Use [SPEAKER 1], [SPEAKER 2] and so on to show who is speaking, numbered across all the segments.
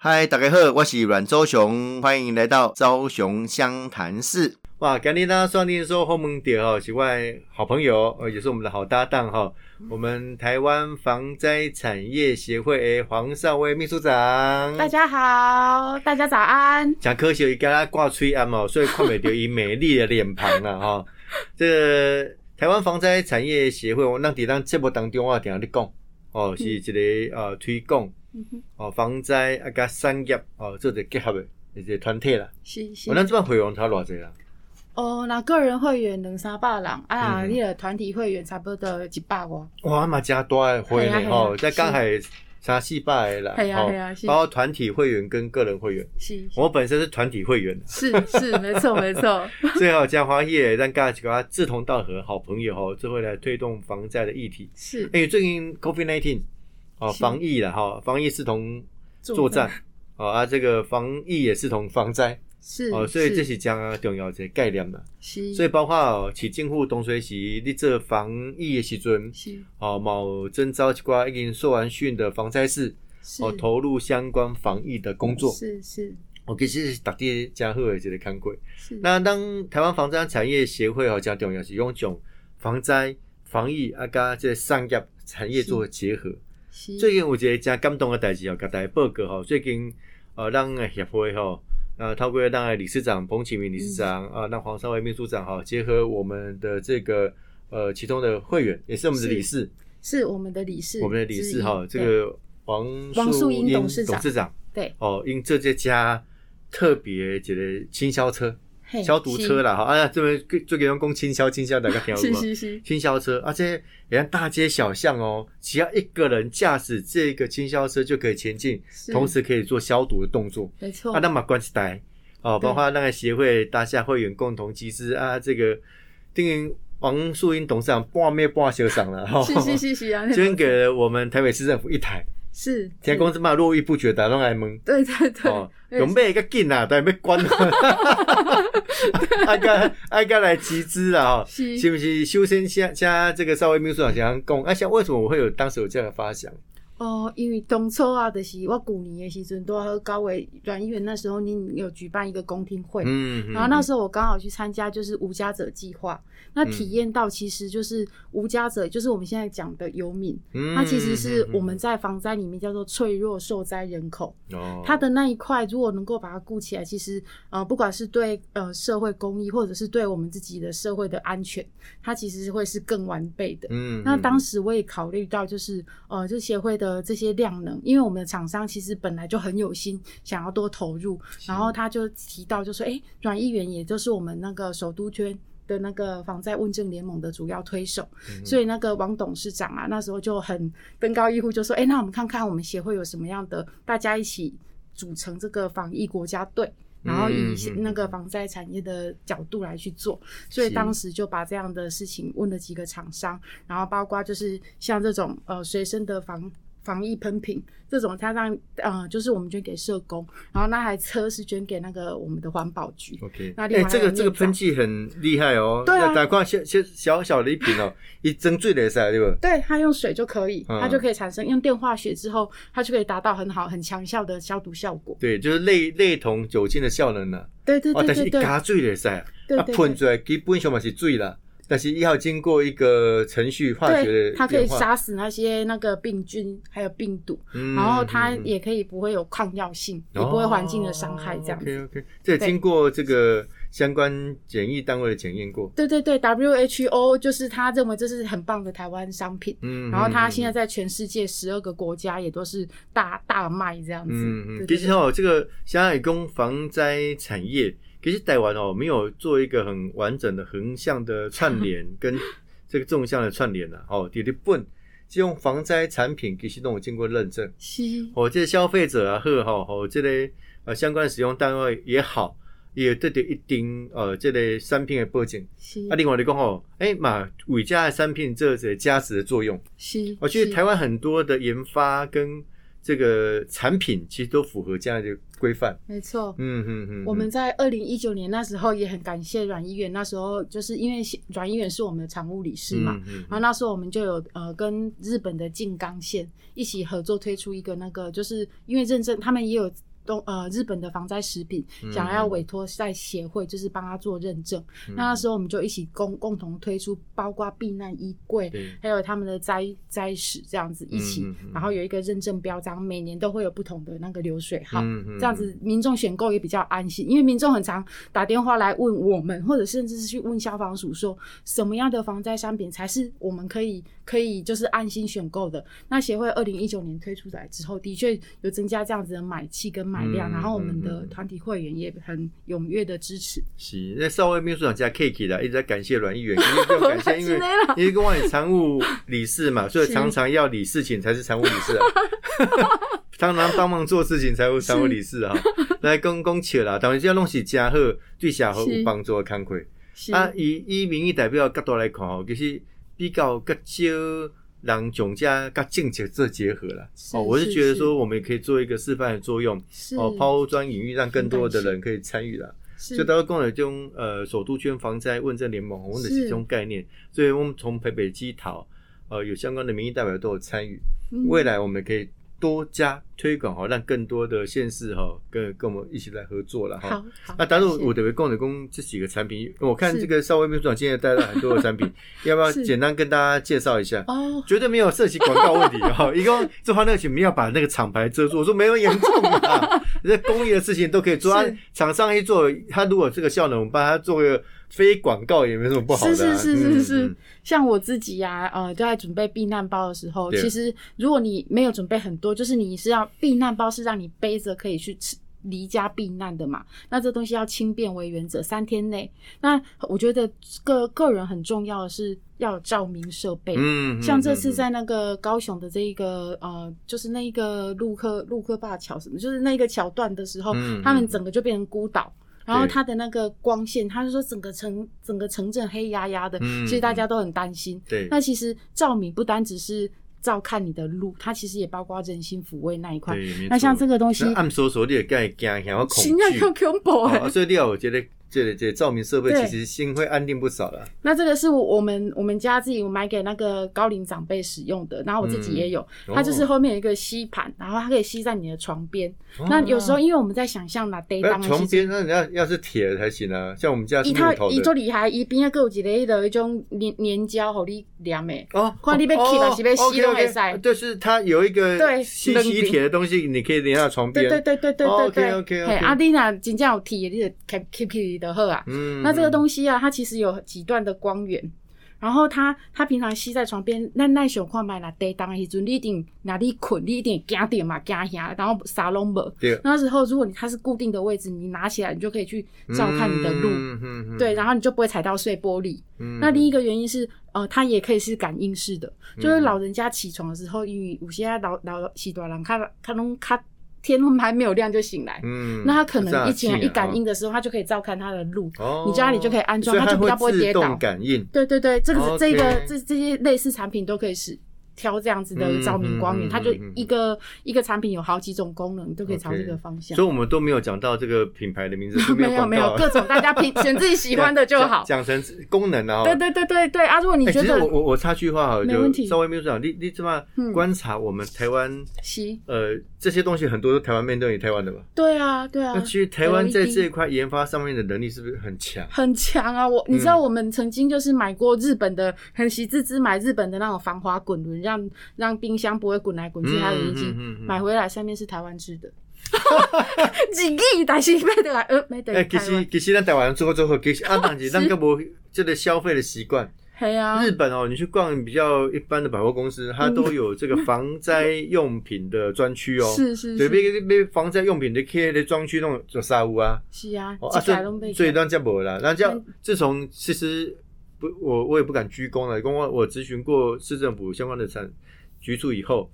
[SPEAKER 1] 嗨，大家好，我是阮周雄，欢迎来到昭雄湘潭市。
[SPEAKER 2] 哇，今天大家算定说后门点哈，奇怪，好朋友，呃，也是我们的好搭档哈、我们台湾防灾产业协会的黄少威秘书长。
[SPEAKER 3] 大家好，大家早安。
[SPEAKER 2] 讲科学，伊跟他挂吹安哦，所以看不到伊美丽的脸庞了 哈。这个台湾防灾产业协会，我那伫咱节目当中我定咧讲，哦，是一个呃推广
[SPEAKER 3] 嗯哼，
[SPEAKER 2] 哦防灾啊甲产业哦做者结合的一个团体啦。
[SPEAKER 3] 是是
[SPEAKER 2] 我。咱这边会员他偌济啦？
[SPEAKER 3] 哦，那个人会员两三百人，啊，
[SPEAKER 2] 嗯
[SPEAKER 3] 你的团体会员差不多一百外。
[SPEAKER 2] 哇，嘛加大诶会
[SPEAKER 3] 啊嘿啊
[SPEAKER 2] 呢
[SPEAKER 3] 嘿啊
[SPEAKER 2] 吼，在刚海三四百个啦，
[SPEAKER 3] 嘿啊
[SPEAKER 2] 吼
[SPEAKER 3] 嘿啊是
[SPEAKER 2] 包括团体会员跟个人会员。
[SPEAKER 3] 是
[SPEAKER 2] 我本身是团体会 员，啊
[SPEAKER 3] 是是，没错没错。
[SPEAKER 2] 最好加花叶，让大家啊志同道合好朋友吼，最后来推动防灾的议题。
[SPEAKER 3] 是
[SPEAKER 2] 哎，最近 COVID nineteen 哦，
[SPEAKER 3] 是
[SPEAKER 2] 防疫了哈，防疫视同作战哦啊，这个防疫也视同防灾
[SPEAKER 3] 是
[SPEAKER 2] 哦，所以这是将啊重要一个概念啦。
[SPEAKER 3] 是
[SPEAKER 2] 所以包括哦，市政府当水时，你做防疫的时阵，
[SPEAKER 3] 是
[SPEAKER 2] 哦，某征召一寡已经受完训的防灾士，
[SPEAKER 3] 是
[SPEAKER 2] 哦，投入相关防疫的工作。
[SPEAKER 3] 是是
[SPEAKER 2] 哦，其实是大地真好的一个看过。
[SPEAKER 3] 是
[SPEAKER 2] 那当台湾防灾产业协会哦，真重要是用种防灾、防疫啊，甲这个产业产业做结合。
[SPEAKER 3] 是
[SPEAKER 2] 最近有一个真感动的代志哦，甲大家报告吼、最近呃，咱的协会吼、呃，透过咱的理事长彭启明理事长
[SPEAKER 3] 嗯
[SPEAKER 2] 啊，那、黄少伟秘书长哈、结合我们的这个呃其中的会员，也是我们的
[SPEAKER 3] 是
[SPEAKER 2] 理事，
[SPEAKER 3] 是我们的理事之一，
[SPEAKER 2] 我们的理事哈，这
[SPEAKER 3] 对
[SPEAKER 2] 个王
[SPEAKER 3] 嗯王
[SPEAKER 2] 树
[SPEAKER 3] 树
[SPEAKER 2] 英
[SPEAKER 3] 英
[SPEAKER 2] 董
[SPEAKER 3] 董事长
[SPEAKER 2] 长
[SPEAKER 3] 对
[SPEAKER 2] 哦，因这这家特别觉得清消车、
[SPEAKER 3] 嘿
[SPEAKER 2] 消毒车啦哈，哎呀，这边最给人供清消、清消大家听
[SPEAKER 3] 是
[SPEAKER 2] 过吗？
[SPEAKER 3] 是是
[SPEAKER 2] 清消车，啊而且连大街小巷哦，只要一个人驾驶这个清消车就可以前进，
[SPEAKER 3] 是，
[SPEAKER 2] 同时可以做消毒的动作。
[SPEAKER 3] 没错
[SPEAKER 2] 啊，那么关系台哦，包括那个协会大家会员共同集资啊，这个定于王树英董事长半灭半休赏了哈。
[SPEAKER 3] 是是是是啊，那
[SPEAKER 2] 捐给了我们台北市政府一台，
[SPEAKER 3] 是
[SPEAKER 2] 天公之嘛络绎不绝，打乱来蒙。
[SPEAKER 3] 对对 对
[SPEAKER 2] 哦，，
[SPEAKER 3] 对
[SPEAKER 2] 有咩个劲啊？但没 关啊，爱该爱该来集资啦！哦，
[SPEAKER 3] 是
[SPEAKER 2] 是不是？修身加加这个稍微秘书长想讲，啊，像为什么我会有当时有这样的发想？
[SPEAKER 3] 哦，因为当初啊，就是我旧年的时阵，都和高伟阮议员那时候，您有举办一个公听会，
[SPEAKER 2] 嗯
[SPEAKER 3] 然后那
[SPEAKER 2] 候
[SPEAKER 3] 时候我刚好去参加，就是无家者计划，那体验到其实就是无家者，就是我们现在讲的游民，
[SPEAKER 2] 那
[SPEAKER 3] 那其实
[SPEAKER 2] 嗯
[SPEAKER 3] 是我们在防灾里面叫做脆弱受灾人口，
[SPEAKER 2] 哦
[SPEAKER 3] 他的那一块如果能够把它顾起来，其实呃，不管是对呃社会公益，或者是对我们自己的社会的安全，它其实会是更完备的。
[SPEAKER 2] 嗯
[SPEAKER 3] 那当
[SPEAKER 2] 时
[SPEAKER 3] 时我也考虑到，就是呃，这协会的这些量能，因为我们的厂商其实本来就很有心，想要多投入，然后他就提到，就说，哎、阮议员也就是我们那个首都圈。的那个防灾问政联盟的主要推手，
[SPEAKER 2] 嗯
[SPEAKER 3] 所以那个王董事长啊，那时候就很登高一呼，就说：“哎、那我们看看我们协会有什么样的，大家一起组成这个防疫国家队，然后以
[SPEAKER 2] 嗯嗯嗯
[SPEAKER 3] 那个防灾产业的角度来去做。”所以
[SPEAKER 2] 是
[SPEAKER 3] 当时就把这样的事情问了几个厂商，然后包括就是像这种呃随身的防防疫喷瓶这种，它让呃就是我们捐给社工，然后那台车是捐给那个我们的环保局。
[SPEAKER 2] OK，
[SPEAKER 3] 那
[SPEAKER 2] 哎、
[SPEAKER 3] 另外
[SPEAKER 2] 这个
[SPEAKER 3] 还有
[SPEAKER 2] 这个
[SPEAKER 3] 面罩
[SPEAKER 2] 喷气很厉害哦，
[SPEAKER 3] 对啊
[SPEAKER 2] 打光小小小小的一瓶 哦，一蒸醉的噻，对吧？
[SPEAKER 3] 对，它用水就可以，
[SPEAKER 2] 嗯
[SPEAKER 3] 它就可以产生用电化学之后，它就可以达到很好、很强效的消毒效果。
[SPEAKER 2] 对，就是类类同酒精的效能呐、啊。
[SPEAKER 3] 对对
[SPEAKER 2] 哦，
[SPEAKER 3] 对
[SPEAKER 2] 但是
[SPEAKER 3] 对
[SPEAKER 2] 一
[SPEAKER 3] 对，
[SPEAKER 2] 加水的噻，
[SPEAKER 3] 对
[SPEAKER 2] 啊
[SPEAKER 3] 对
[SPEAKER 2] 喷
[SPEAKER 3] 对
[SPEAKER 2] 出来基本上嘛是水啦，但是要经过一个程序化学
[SPEAKER 3] 对，
[SPEAKER 2] 的
[SPEAKER 3] 它可以
[SPEAKER 2] 演化
[SPEAKER 3] 杀死那些那个病菌还有病毒，
[SPEAKER 2] 嗯哦
[SPEAKER 3] 然后它也可以不会有抗药性，也不会环境的伤害这样子。
[SPEAKER 2] OK OK，这
[SPEAKER 3] 对
[SPEAKER 2] 经过这个相关检疫单位的检验过。
[SPEAKER 3] 对对对，WHO 就是他认为这是很棒的台湾商品，
[SPEAKER 2] 嗯
[SPEAKER 3] 然后他现在在全世界十二个国家也都是大大卖这样子。
[SPEAKER 2] 嗯
[SPEAKER 3] 对
[SPEAKER 2] 嗯，
[SPEAKER 3] 对
[SPEAKER 2] 其
[SPEAKER 3] 对
[SPEAKER 2] 实哦，这个香海工防灾产业，其实台湾哦没有做一个很完整的横向的串 联跟这个纵向的串联呐、啊。哦，日本这种防灾产品其实都有经过认证。
[SPEAKER 3] 是
[SPEAKER 2] 哦，这个消费者啊，好吼吼，这个呃相关使用单位也好，也得到一定呃这类产品的保证。
[SPEAKER 3] 是
[SPEAKER 2] 啊，另外你讲吼，哎、嘛，伟家的产品这个价值的作用，哦
[SPEAKER 3] 是，
[SPEAKER 2] 我觉得
[SPEAKER 3] 是
[SPEAKER 2] 台湾很多的研发跟这个产品其实都符合这样的规范。
[SPEAKER 3] 没错。
[SPEAKER 2] 嗯嗯嗯，
[SPEAKER 3] 我们在二零一九年那时候也很感谢阮议员，那时候就是因为阮议员是我们的常务理事嘛，
[SPEAKER 2] 嗯嗯
[SPEAKER 3] 然后那时候我们就有呃跟日本的静冈县一起合作推出一个那个，就是因为认证他们也有东呃日本的防灾食品，
[SPEAKER 2] 嗯
[SPEAKER 3] 想要委托在协会，就是帮他做认证。那那时候我们就一起共共同推出，包括避难衣柜，
[SPEAKER 2] 对，
[SPEAKER 3] 还有他们的灾灾史这样子一起，
[SPEAKER 2] 嗯嗯嗯
[SPEAKER 3] 然后有一个认证标章，每年都会有不同的那个流水号，
[SPEAKER 2] 嗯嗯
[SPEAKER 3] 这样子民众选购也比较安心，因为民众很常打电话来问我们，或者甚至是去问消防署说什么样的防灾商品才是我们可以可以就是安心选购的。那协会二零一九年推出来之后，的确有增加这样子的买气跟买量，
[SPEAKER 2] 嗯
[SPEAKER 3] 然后我
[SPEAKER 2] 嗯
[SPEAKER 3] 们的
[SPEAKER 2] 嗯
[SPEAKER 3] 团体会员也很踊跃的支持。
[SPEAKER 2] 是，那少尉秘书长加 Kiki 啦，一直在感谢阮议员， 因为不用感谢，因为
[SPEAKER 3] 真的啦
[SPEAKER 2] 因为跟我也常务理事嘛，所以
[SPEAKER 3] 是
[SPEAKER 2] 常常要理事情才是常务理事 啊，常常帮忙做事情才会常务理事啊。来公公起啦，当然这要弄是家好，对社会有帮助的工课。
[SPEAKER 3] 是
[SPEAKER 2] 啊，以以民意代表的角度来看哦，其实比较较少人从这跟政策做结合啦。
[SPEAKER 3] 是
[SPEAKER 2] 哦，我是
[SPEAKER 3] 是
[SPEAKER 2] 觉得
[SPEAKER 3] 是
[SPEAKER 2] 说我们也可以做一个示范的作用，
[SPEAKER 3] 是
[SPEAKER 2] 哦，抛砖引玉，让更多的
[SPEAKER 3] 很感谢
[SPEAKER 2] 人可以参与啦。
[SPEAKER 3] 是
[SPEAKER 2] 所以大家讲的这种呃首都圈防灾问政联盟，我们的是这种概念。所以我们从北北基桃，呃，有相关的民意代表都有参与。
[SPEAKER 3] 嗯
[SPEAKER 2] 未来我们可以多加推广哈，让更多的县市哈跟跟我们一起来合作了哈。
[SPEAKER 3] 好嗯好，
[SPEAKER 2] 那当然，
[SPEAKER 3] 谢谢
[SPEAKER 2] 啊我得会共的公这几个产品，我看
[SPEAKER 3] 是
[SPEAKER 2] 这个少尉秘书长今天带了很多的产 品，要不要
[SPEAKER 3] 是
[SPEAKER 2] 简单跟大家介绍一下？
[SPEAKER 3] 哦，
[SPEAKER 2] 绝对没有涉及广告问题 哈。一共这花那个曲没有把那个厂牌遮住，我说没有严重 啊，这公益的事情都可以做。
[SPEAKER 3] 是
[SPEAKER 2] 他厂商一做，他如果这个效能，我们帮他做个非广告也没什么不好的、啊。
[SPEAKER 3] 是是是是是，
[SPEAKER 2] 嗯
[SPEAKER 3] 像我自己呀、呃，在准备避难包的时候，
[SPEAKER 2] 对
[SPEAKER 3] 其实如果你没有准备很多，就是你是要避难包是让你背着可以去吃。离家避难的嘛，那这东西要轻便为原则，三天内。那我觉得个个人很重要的是要有照明设备，
[SPEAKER 2] 嗯嗯
[SPEAKER 3] 像这次
[SPEAKER 2] 嗯
[SPEAKER 3] 在那个高雄的这一个呃，就是那一个陆克陆克坝桥什么，就是那一个桥段的时候，
[SPEAKER 2] 嗯
[SPEAKER 3] 他
[SPEAKER 2] 嗯
[SPEAKER 3] 们整个就变成孤岛。然后
[SPEAKER 2] 对
[SPEAKER 3] 它的那个光线，他就说整个城整个城镇黑压压的，
[SPEAKER 2] 嗯
[SPEAKER 3] 其实大家都很担心。
[SPEAKER 2] 对，
[SPEAKER 3] 那其实照明不单只是照看你的路，它其实也包括人心抚慰那一块。
[SPEAKER 2] 对没错
[SPEAKER 3] 那像这个东西
[SPEAKER 2] 那，暗搜索你也该惊，然后恐
[SPEAKER 3] 心要
[SPEAKER 2] 惧
[SPEAKER 3] 要。恐怖哎、
[SPEAKER 2] 哦所以你要有这个这个这个照明设备，
[SPEAKER 3] 对
[SPEAKER 2] 其实心会安定不少了。
[SPEAKER 3] 那这个是我我们我们家自己买给那个高龄长辈使用的，然后我自己也有，
[SPEAKER 2] 嗯
[SPEAKER 3] 它就是后面有一个吸盘，然后它可以吸在你的床边。那有时候因为我们在想象拿 day
[SPEAKER 2] 那
[SPEAKER 3] 当
[SPEAKER 2] 哦呃床哎边，那你要要是铁的才行啊，像我们家是
[SPEAKER 3] 伊
[SPEAKER 2] 木
[SPEAKER 3] 套
[SPEAKER 2] 头
[SPEAKER 3] 伊
[SPEAKER 2] 的。
[SPEAKER 3] 做厉害，伊边仔佫有一个迄落迄种粘粘胶，互你粘的。
[SPEAKER 2] 哦
[SPEAKER 3] 看你要吸还是要吸都可以
[SPEAKER 2] o k 就是它有一个
[SPEAKER 3] 对
[SPEAKER 2] 吸
[SPEAKER 3] 冷
[SPEAKER 2] 吸
[SPEAKER 3] 冰
[SPEAKER 2] 铁的东西，你可以连到床边。
[SPEAKER 3] 对对对对对
[SPEAKER 2] 哦
[SPEAKER 3] 对对。
[SPEAKER 2] OK，OK，OK
[SPEAKER 3] 嘿啊，你若真正有剃的，你就吸吸起就好啊。
[SPEAKER 2] 嗯
[SPEAKER 3] 那这个东西啊，它其实有几段的光源。然后它它平常吸在床边，咱咱想看卖啦，地当的时阵，你一定若你困，你一定惊到嘛，惊遐，然后啥拢无。
[SPEAKER 2] 对
[SPEAKER 3] 那时候如果你它是固定的位置，你拿起来你就可以去照看你的路，
[SPEAKER 2] 嗯嗯嗯
[SPEAKER 3] 对，然后你就不会踩到碎玻璃。
[SPEAKER 2] 嗯
[SPEAKER 3] 那另一个原因是，呃，它也可以是感应式的，就是老人家起床的时候，因为有些老老喜多人，他他拢他天都还没有亮就醒来，
[SPEAKER 2] 嗯
[SPEAKER 3] 那他可能一起来一感应
[SPEAKER 2] 的，
[SPEAKER 3] 的时候，他就可以照看他的路，
[SPEAKER 2] 哦
[SPEAKER 3] 你家里就可以安装
[SPEAKER 2] 所它
[SPEAKER 3] 它就比较不会跌倒
[SPEAKER 2] 自动感应。
[SPEAKER 3] 对对对，这个是、这个
[SPEAKER 2] OK
[SPEAKER 3] 这这些类似产品都可以使挑这样子的照明光
[SPEAKER 2] 嗯
[SPEAKER 3] 源，
[SPEAKER 2] 嗯嗯
[SPEAKER 3] 它就
[SPEAKER 2] 嗯嗯
[SPEAKER 3] 一个、一个产品有好几种功能，都可以朝
[SPEAKER 2] OK
[SPEAKER 3] 这个方向
[SPEAKER 2] 所。以我们都没有讲到这个品牌的名 字，都
[SPEAKER 3] 没有
[SPEAKER 2] 有
[SPEAKER 3] 没有各
[SPEAKER 2] 各
[SPEAKER 3] 种大家评选自己喜欢的就好。
[SPEAKER 2] 讲讲成功能啊，哦
[SPEAKER 3] 对对对对对啊！如果你
[SPEAKER 2] 哎
[SPEAKER 3] 觉
[SPEAKER 2] 其实
[SPEAKER 3] 得
[SPEAKER 2] 我我我插句话哈，
[SPEAKER 3] 没
[SPEAKER 2] 就
[SPEAKER 3] 问题
[SPEAKER 2] 稍微没有讲，你你怎么
[SPEAKER 3] 嗯
[SPEAKER 2] 观察我们台湾
[SPEAKER 3] 行，
[SPEAKER 2] 呃这些东西很多都台湾面对于台湾的吧？
[SPEAKER 3] 对啊对啊
[SPEAKER 2] 那，其实台湾在
[SPEAKER 3] LED
[SPEAKER 2] 这一块研发上面的能力是不是很强？
[SPEAKER 3] 很强啊！
[SPEAKER 2] 嗯
[SPEAKER 3] 我你知道我们曾经就是买过日本的，很喜滋滋买日本的那种防滑滚轮，让让冰箱不会滚来滚去，还有
[SPEAKER 2] 嗯
[SPEAKER 3] 已经
[SPEAKER 2] 嗯嗯嗯
[SPEAKER 3] 买回来，上面是台湾制 的， 几亿但是买得来，呃，买得
[SPEAKER 2] 哎，
[SPEAKER 3] 来
[SPEAKER 2] 其
[SPEAKER 3] 台
[SPEAKER 2] 实
[SPEAKER 3] 湾，
[SPEAKER 2] 其实咱台湾做过做过，其实 啊，但是咱个无这个消费的习惯。
[SPEAKER 3] 嘿啊
[SPEAKER 2] 日，本哦，你去逛比较一般的百货公司，它都有这个防灾用品的专区哦。
[SPEAKER 3] 是是
[SPEAKER 2] 对，被
[SPEAKER 3] 是
[SPEAKER 2] 被防灾用品的 K A 的专区那种做沙屋啊，
[SPEAKER 3] 是啊
[SPEAKER 2] 哦，啊，
[SPEAKER 3] 几台拢
[SPEAKER 2] 所
[SPEAKER 3] 被嗯
[SPEAKER 2] 以所以
[SPEAKER 3] 抢
[SPEAKER 2] 咱这无啦，咱这自从其实不，我我也不敢鞠躬了，因为我我咨询过市政府相关的产局处以后，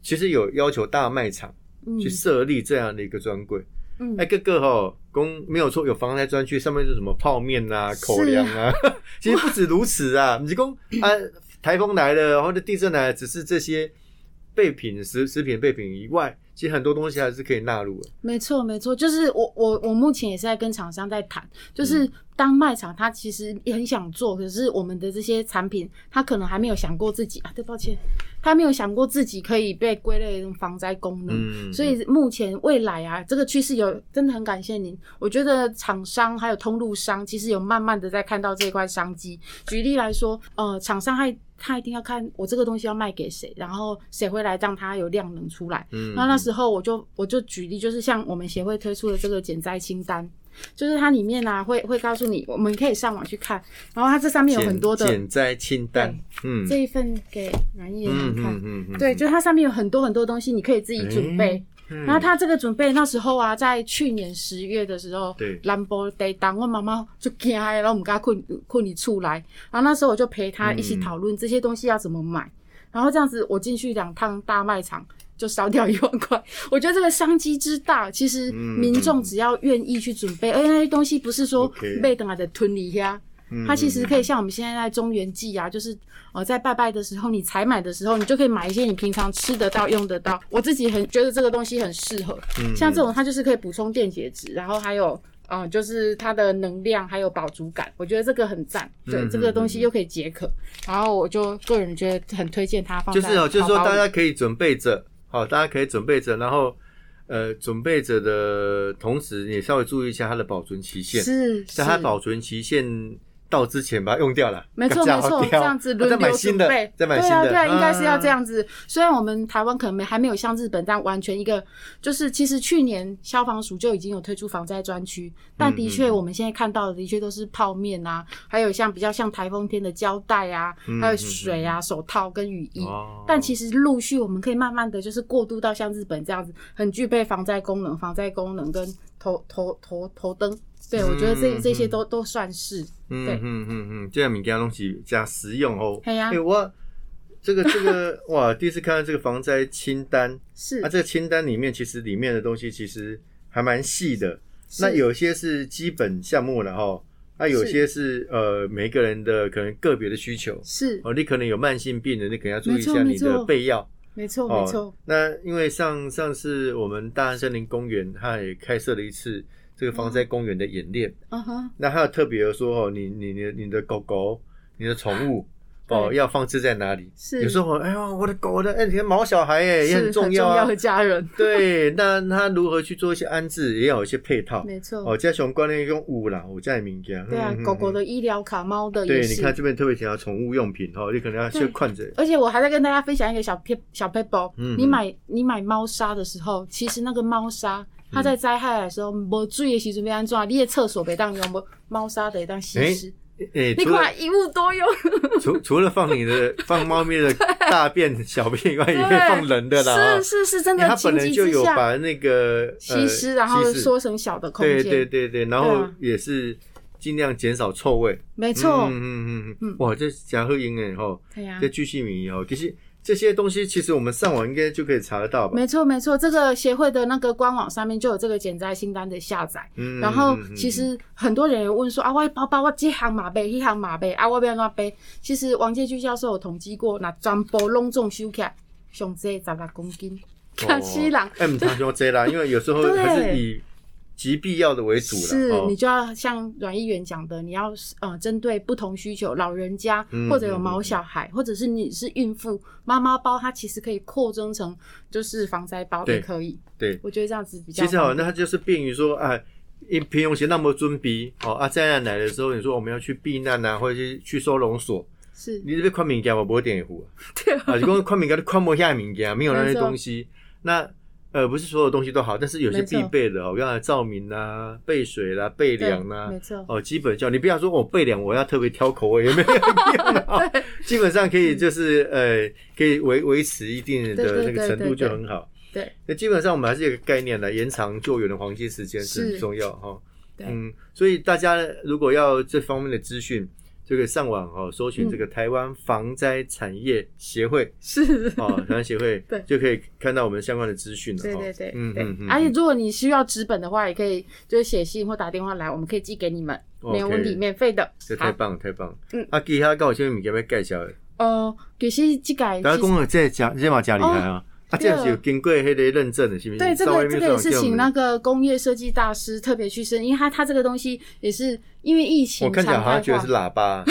[SPEAKER 2] 其实有要求大卖场
[SPEAKER 3] 嗯
[SPEAKER 2] 去设立这样的一个专柜。
[SPEAKER 3] 嗯
[SPEAKER 2] 哎，，各个哈，公没有错，有防灾专区，上面是什么泡面啊、
[SPEAKER 3] 是
[SPEAKER 2] 口粮啊， 其实不止如此啊。你公啊，台风来了或者地震来了，只是这些备品、食食品备品以外，其实很多东西还是可以纳入的。
[SPEAKER 3] 没错，没错，就是我我我目前也是在跟厂商在谈，就是当卖场他其实也很想做，可是我们的这些产品，他可能还没有想过自己啊，对，抱歉，他没有想过自己可以被归类成防灾功能。
[SPEAKER 2] 嗯
[SPEAKER 3] 所以目前未来啊，这个趋势有真的很感谢您。我觉得厂商还有通路商，其实有慢慢的在看到这一块商机。举例来说，呃，厂商还他一定要看我这个东西要卖给谁，然后谁会来让它有量能出来。
[SPEAKER 2] 嗯
[SPEAKER 3] 那那时候我就我就举例，就是像我们协会推出的这个减灾清单，就是它里面啊会会告诉你，我们可以上网去看，然后它这上面有很多的
[SPEAKER 2] 减灾清单，嗯
[SPEAKER 3] 这一份给阮议员
[SPEAKER 2] 嗯
[SPEAKER 3] 看。
[SPEAKER 2] 嗯嗯嗯，
[SPEAKER 3] 对，就是它上面有很多很多东西，你可以自己准备。
[SPEAKER 2] 嗯
[SPEAKER 3] 然后他这个准备那时候啊，在去年十月的时候，
[SPEAKER 2] 对
[SPEAKER 3] 兰博得当我妈妈就惊的，然后我们跟他困困你出来，然后那时候我就陪他一起讨论这些东西要怎么买，然后这样子我进去两趟大卖场。就烧掉一万块，我觉得这个商机之大，其实
[SPEAKER 2] 嗯
[SPEAKER 3] 民众只要愿意去准备，而且哎那些东西不是说
[SPEAKER 2] OK
[SPEAKER 3] 被等来的吞里呀，
[SPEAKER 2] 嗯
[SPEAKER 3] 它其实可以像我们现在在中原祭啊，就是呃在拜拜的时候，你采买的时候，你就可以买一些你平常吃得到、用得到。我自己很觉得这个东西很适合，
[SPEAKER 2] 嗯
[SPEAKER 3] 像这种它就是可以补充电解质，然后还有呃就是它的能量还有饱足感，我觉得这个很赞。对，
[SPEAKER 2] 嗯
[SPEAKER 3] 这个东西又可以解渴，然后我就个人觉得很推荐它放
[SPEAKER 2] 就
[SPEAKER 3] 在
[SPEAKER 2] 是哦，就是说
[SPEAKER 3] 包包
[SPEAKER 2] 大
[SPEAKER 3] 里
[SPEAKER 2] 家可以准备着，好，大家可以准备着，然后呃，准备着的同时，也稍微注意一下它的保存期限，
[SPEAKER 3] 是
[SPEAKER 2] 在它
[SPEAKER 3] 是
[SPEAKER 2] 保存期限到之前把它用掉了，
[SPEAKER 3] 没 错
[SPEAKER 2] 这样
[SPEAKER 3] 没
[SPEAKER 2] 好
[SPEAKER 3] 错，这
[SPEAKER 2] 掉
[SPEAKER 3] 样子
[SPEAKER 2] 啊
[SPEAKER 3] 轮
[SPEAKER 2] 再买
[SPEAKER 3] 流
[SPEAKER 2] 新
[SPEAKER 3] 准
[SPEAKER 2] 的
[SPEAKER 3] 备，，
[SPEAKER 2] 再买
[SPEAKER 3] 对
[SPEAKER 2] 新
[SPEAKER 3] 啊
[SPEAKER 2] 的，
[SPEAKER 3] 对啊，应该是要这
[SPEAKER 2] 啊。
[SPEAKER 3] 样子。虽然我们台湾可能没还没有像日本这样完全一个，就是其实去年消防署就已经有推出防灾专区，但的
[SPEAKER 2] 嗯
[SPEAKER 3] 确我们现在看到的的确都是泡面啊，还有像比较像台风天的胶带啊，
[SPEAKER 2] 嗯
[SPEAKER 3] 还有水啊、手套跟雨衣。
[SPEAKER 2] 哦
[SPEAKER 3] 但其实陆续我们可以慢慢的就是过渡到像日本这样子，很具备防灾功能、防灾功能跟头头头头灯。对，我觉得这
[SPEAKER 2] 嗯
[SPEAKER 3] 这些
[SPEAKER 2] 嗯
[SPEAKER 3] 都都算是。
[SPEAKER 2] 嗯
[SPEAKER 3] 对
[SPEAKER 2] 嗯嗯嗯，这样物件拢是真实用哦。
[SPEAKER 3] 嘿啊
[SPEAKER 2] 哎我这个这个 哇，第一次看到这个防灾清单，
[SPEAKER 3] 是
[SPEAKER 2] 啊，这个清单里面其实里面的东西其实还蛮细的。
[SPEAKER 3] 是
[SPEAKER 2] 那有些是基本项目了哈，那有些是呃每个人的可能个别的需求
[SPEAKER 3] 是
[SPEAKER 2] 哦，你可能有慢性病的，你可能要注意一下
[SPEAKER 3] 没错
[SPEAKER 2] 你的备药
[SPEAKER 3] 没错没错。
[SPEAKER 2] 哦。那因为上上次我们大安森林公园它也开设了一次这个防灾公园的演练，
[SPEAKER 3] 嗯哼，
[SPEAKER 2] 那还有特别说哦，你你你的你的狗狗、你的宠物哦，
[SPEAKER 3] 对
[SPEAKER 2] 要放置在哪里？
[SPEAKER 3] 是
[SPEAKER 2] 有时候哎呦，我的狗我的哎，你看毛小孩哎也
[SPEAKER 3] 是
[SPEAKER 2] 很
[SPEAKER 3] 很
[SPEAKER 2] 重要啊。
[SPEAKER 3] 的家人，
[SPEAKER 2] 对，那它如何去做一些安置，也要有一些配套。
[SPEAKER 3] 没错
[SPEAKER 2] 哦，。加熊关于用物啦，我家里面讲。
[SPEAKER 3] 对啊
[SPEAKER 2] 嗯，
[SPEAKER 3] 狗狗。的医疗卡，猫的
[SPEAKER 2] 嗯嗯
[SPEAKER 3] 也
[SPEAKER 2] 对，你
[SPEAKER 3] 是。
[SPEAKER 2] 看这边特别提到宠物用品哦，你可能要去
[SPEAKER 3] 对
[SPEAKER 2] 看着。
[SPEAKER 3] 而且我还在跟大家分享一个小撇小 p a p e
[SPEAKER 2] 嗯
[SPEAKER 3] 你买你买猫砂的时候，其实那个猫
[SPEAKER 2] 嗯
[SPEAKER 3] 砂，它在灾害的时候，没注意的时准备安装，你的厕所别当用，猫砂得当稀释，
[SPEAKER 2] 哎，
[SPEAKER 3] 你
[SPEAKER 2] 除了
[SPEAKER 3] 看一物多用，
[SPEAKER 2] 除除了放你的 放猫咪的大便、小便以外，也可以
[SPEAKER 3] 对
[SPEAKER 2] 放人的啦。
[SPEAKER 3] 是是是，真
[SPEAKER 2] 因为
[SPEAKER 3] 的
[SPEAKER 2] 它本
[SPEAKER 3] 情
[SPEAKER 2] 人
[SPEAKER 3] 急
[SPEAKER 2] 就
[SPEAKER 3] 之
[SPEAKER 2] 有
[SPEAKER 3] 下
[SPEAKER 2] 把那个
[SPEAKER 3] 稀释，然后
[SPEAKER 2] 说。
[SPEAKER 3] 缩成小的空
[SPEAKER 2] 对
[SPEAKER 3] 间。
[SPEAKER 2] 对对对，然后
[SPEAKER 3] 啊
[SPEAKER 2] 也是尽量减少臭味。
[SPEAKER 3] 没错
[SPEAKER 2] 嗯，嗯嗯嗯
[SPEAKER 3] 嗯，
[SPEAKER 2] 哇，这讲喝赢哎吼，
[SPEAKER 3] 对呀
[SPEAKER 2] 这。巨细靡遗哦。其实这些东西，其实我们上网应该就可以查得到吧？
[SPEAKER 3] 没错没错，这个协会的那个官网上面就有这个减灾清单的下载。
[SPEAKER 2] 嗯
[SPEAKER 3] 然后
[SPEAKER 2] 嗯嗯嗯
[SPEAKER 3] 其实很多人也问说啊，我的包包我这行马背，那行马背，啊，我要怎背？其实王介居教授有统计过，那全部拢总收起来，上这十六公斤，看西郎
[SPEAKER 2] 哦。哎，唔常用这啦，因为有时候
[SPEAKER 3] 对
[SPEAKER 2] 还是以极必要的为主啦。
[SPEAKER 3] 是
[SPEAKER 2] 哦
[SPEAKER 3] 你就要像阮议员讲的，你要呃针对不同需求，老人家
[SPEAKER 2] 嗯
[SPEAKER 3] 或者有
[SPEAKER 2] 嗯
[SPEAKER 3] 毛
[SPEAKER 2] 嗯
[SPEAKER 3] 小孩，或者是你是孕妇，妈妈包它其实可以扩增成就是防灾包
[SPEAKER 2] 对
[SPEAKER 3] 也可以。
[SPEAKER 2] 对
[SPEAKER 3] 我觉得这样子比较
[SPEAKER 2] 其实哦
[SPEAKER 3] 方，
[SPEAKER 2] 那
[SPEAKER 3] 便
[SPEAKER 2] 它就是便于说啊。因平庸鞋那么尊卑哦啊，灾难来的时候，你说我们要去避难啊，或者去去收容所，
[SPEAKER 3] 是
[SPEAKER 2] 你这边看物件，我不会点糊啊。
[SPEAKER 3] 对啊
[SPEAKER 2] 啊，就讲看物件，你看不下物件，没有那些东西。那呃，不是所有东西都好，但是有些
[SPEAKER 3] 没错
[SPEAKER 2] 必备的哦，刚才照明啦、备水啦、备
[SPEAKER 3] 对
[SPEAKER 2] 粮啦
[SPEAKER 3] 没，错，
[SPEAKER 2] 哦，基本上你不要说我备粮，我要特别挑口味，也 没有用啊。基本上可以就是
[SPEAKER 3] 嗯
[SPEAKER 2] 呃，可以维维持一定
[SPEAKER 3] 对
[SPEAKER 2] 的那
[SPEAKER 3] 对
[SPEAKER 2] 个程度
[SPEAKER 3] 对对
[SPEAKER 2] 就很好。
[SPEAKER 3] 对，
[SPEAKER 2] 那基本上我们还是有一个概念的，延长救援的黄金时间是很
[SPEAKER 3] 是
[SPEAKER 2] 重要哈、哦。
[SPEAKER 3] 对
[SPEAKER 2] 嗯，所以大家如果要这方面的资讯，这个上网哦，搜寻这个台湾防灾产业协 会、
[SPEAKER 3] 是。
[SPEAKER 2] 哦，台湾协会
[SPEAKER 3] 对
[SPEAKER 2] 就可以看到我们相关的资讯了。
[SPEAKER 3] 对
[SPEAKER 2] 哦
[SPEAKER 3] 对对，哎
[SPEAKER 2] 嗯
[SPEAKER 3] 对
[SPEAKER 2] 嗯嗯，
[SPEAKER 3] 而且如果你需要纸本的话，也可以就是写信或打电话来，我们可以寄给你们，没有问
[SPEAKER 2] OK 嗯
[SPEAKER 3] 题，免费的
[SPEAKER 2] 这。太
[SPEAKER 3] 好，
[SPEAKER 2] 棒了，太棒了！
[SPEAKER 3] 嗯
[SPEAKER 2] 啊，其他告我前面物件要介绍的，
[SPEAKER 3] 呃，其实这个
[SPEAKER 2] 大家
[SPEAKER 3] 其实
[SPEAKER 2] 讲了这家这嘛家厉害啊，啊，这样是有经过迄个认证的，是不是？
[SPEAKER 3] 哦对，这
[SPEAKER 2] 稍微
[SPEAKER 3] 个
[SPEAKER 2] 没有
[SPEAKER 3] 这个
[SPEAKER 2] 这
[SPEAKER 3] 也是
[SPEAKER 2] 样
[SPEAKER 3] 请
[SPEAKER 2] 子
[SPEAKER 3] 那个工业设计大师特别去申，因为他他这个东西也是因为疫情
[SPEAKER 2] 我看起来好像觉得是
[SPEAKER 3] 常态化
[SPEAKER 2] 喇 叭，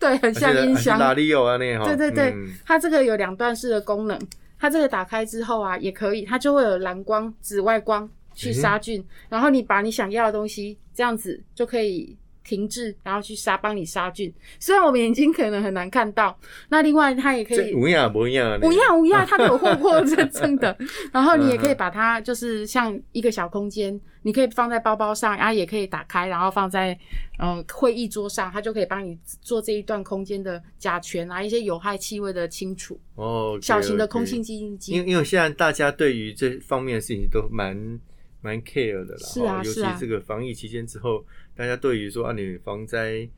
[SPEAKER 3] 对，很像音箱，
[SPEAKER 2] 拉力有啊那哈。
[SPEAKER 3] 对对对，
[SPEAKER 2] 嗯
[SPEAKER 3] 它这个有两段式的功能，它这个打开之后啊，也可以，它就会有蓝光、紫外光去杀菌，然后你把你想要的东西这样子就可以停滞，然后去杀帮你杀菌。虽然我们眼睛可能很难看到，那另外它也可
[SPEAKER 2] 这
[SPEAKER 3] 以。
[SPEAKER 2] 无样无样啊呢
[SPEAKER 3] 不要不要，它都有获过认证 的。然后你也可以把它，就是像一个小空间，你可以放在包包上，然后啊也可以打开，然后放在呃会议桌上，它就可以帮你做这一段空间的甲醛啊一些有害气味的清除。
[SPEAKER 2] 哦，
[SPEAKER 3] 小型的空气。净音
[SPEAKER 2] 因
[SPEAKER 3] 机，
[SPEAKER 2] 为因为现在大家对于这方面的事情都蛮蛮 care 的啦，
[SPEAKER 3] 是啊
[SPEAKER 2] 哦尤
[SPEAKER 3] 是
[SPEAKER 2] 其
[SPEAKER 3] 啊
[SPEAKER 2] 这个防疫期间之后，大家对于说啊你防灾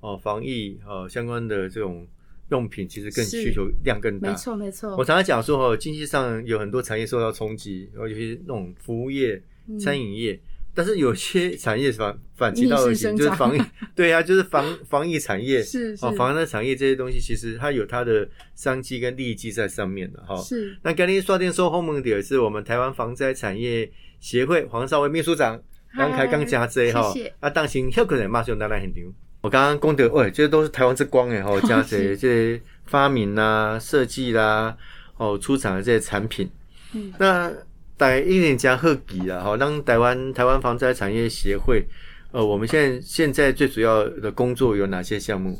[SPEAKER 2] 哦防疫哦相关的这种用品，其实更
[SPEAKER 3] 是
[SPEAKER 2] 需求量更大。
[SPEAKER 3] 没错没
[SPEAKER 2] 嗯我
[SPEAKER 3] 错，
[SPEAKER 2] 常常讲说哦，经济上有很多产业受到冲击，然后尤其是那种服务业、
[SPEAKER 3] 嗯
[SPEAKER 2] 餐饮业，但是有些产业反反其
[SPEAKER 3] 逆
[SPEAKER 2] 道而
[SPEAKER 3] 势
[SPEAKER 2] 行，
[SPEAKER 3] 生
[SPEAKER 2] 就是
[SPEAKER 3] 长
[SPEAKER 2] 防 疫，对啊，就是防防疫产业
[SPEAKER 3] 是是
[SPEAKER 2] 哦，防疫产业这些东西，其实它有它的商机跟利基在上面的哈。
[SPEAKER 3] 是
[SPEAKER 2] 那今天刷电收后门的是我们台湾防灾产业协会黄少伟秘书长，刚开刚加这哈
[SPEAKER 3] 谢谢，
[SPEAKER 2] 啊，当心有可能马上当然很牛。我刚刚功德，喂，这都是台湾之光哎 哈，加这
[SPEAKER 3] 是
[SPEAKER 2] 这些发明啦、设计啦、哦出厂的这些产品，
[SPEAKER 3] 嗯
[SPEAKER 2] 那台一年加贺吉啦哈，让台湾台湾防灾产业协会，呃，我们现在现在最主要的工作有哪些项目？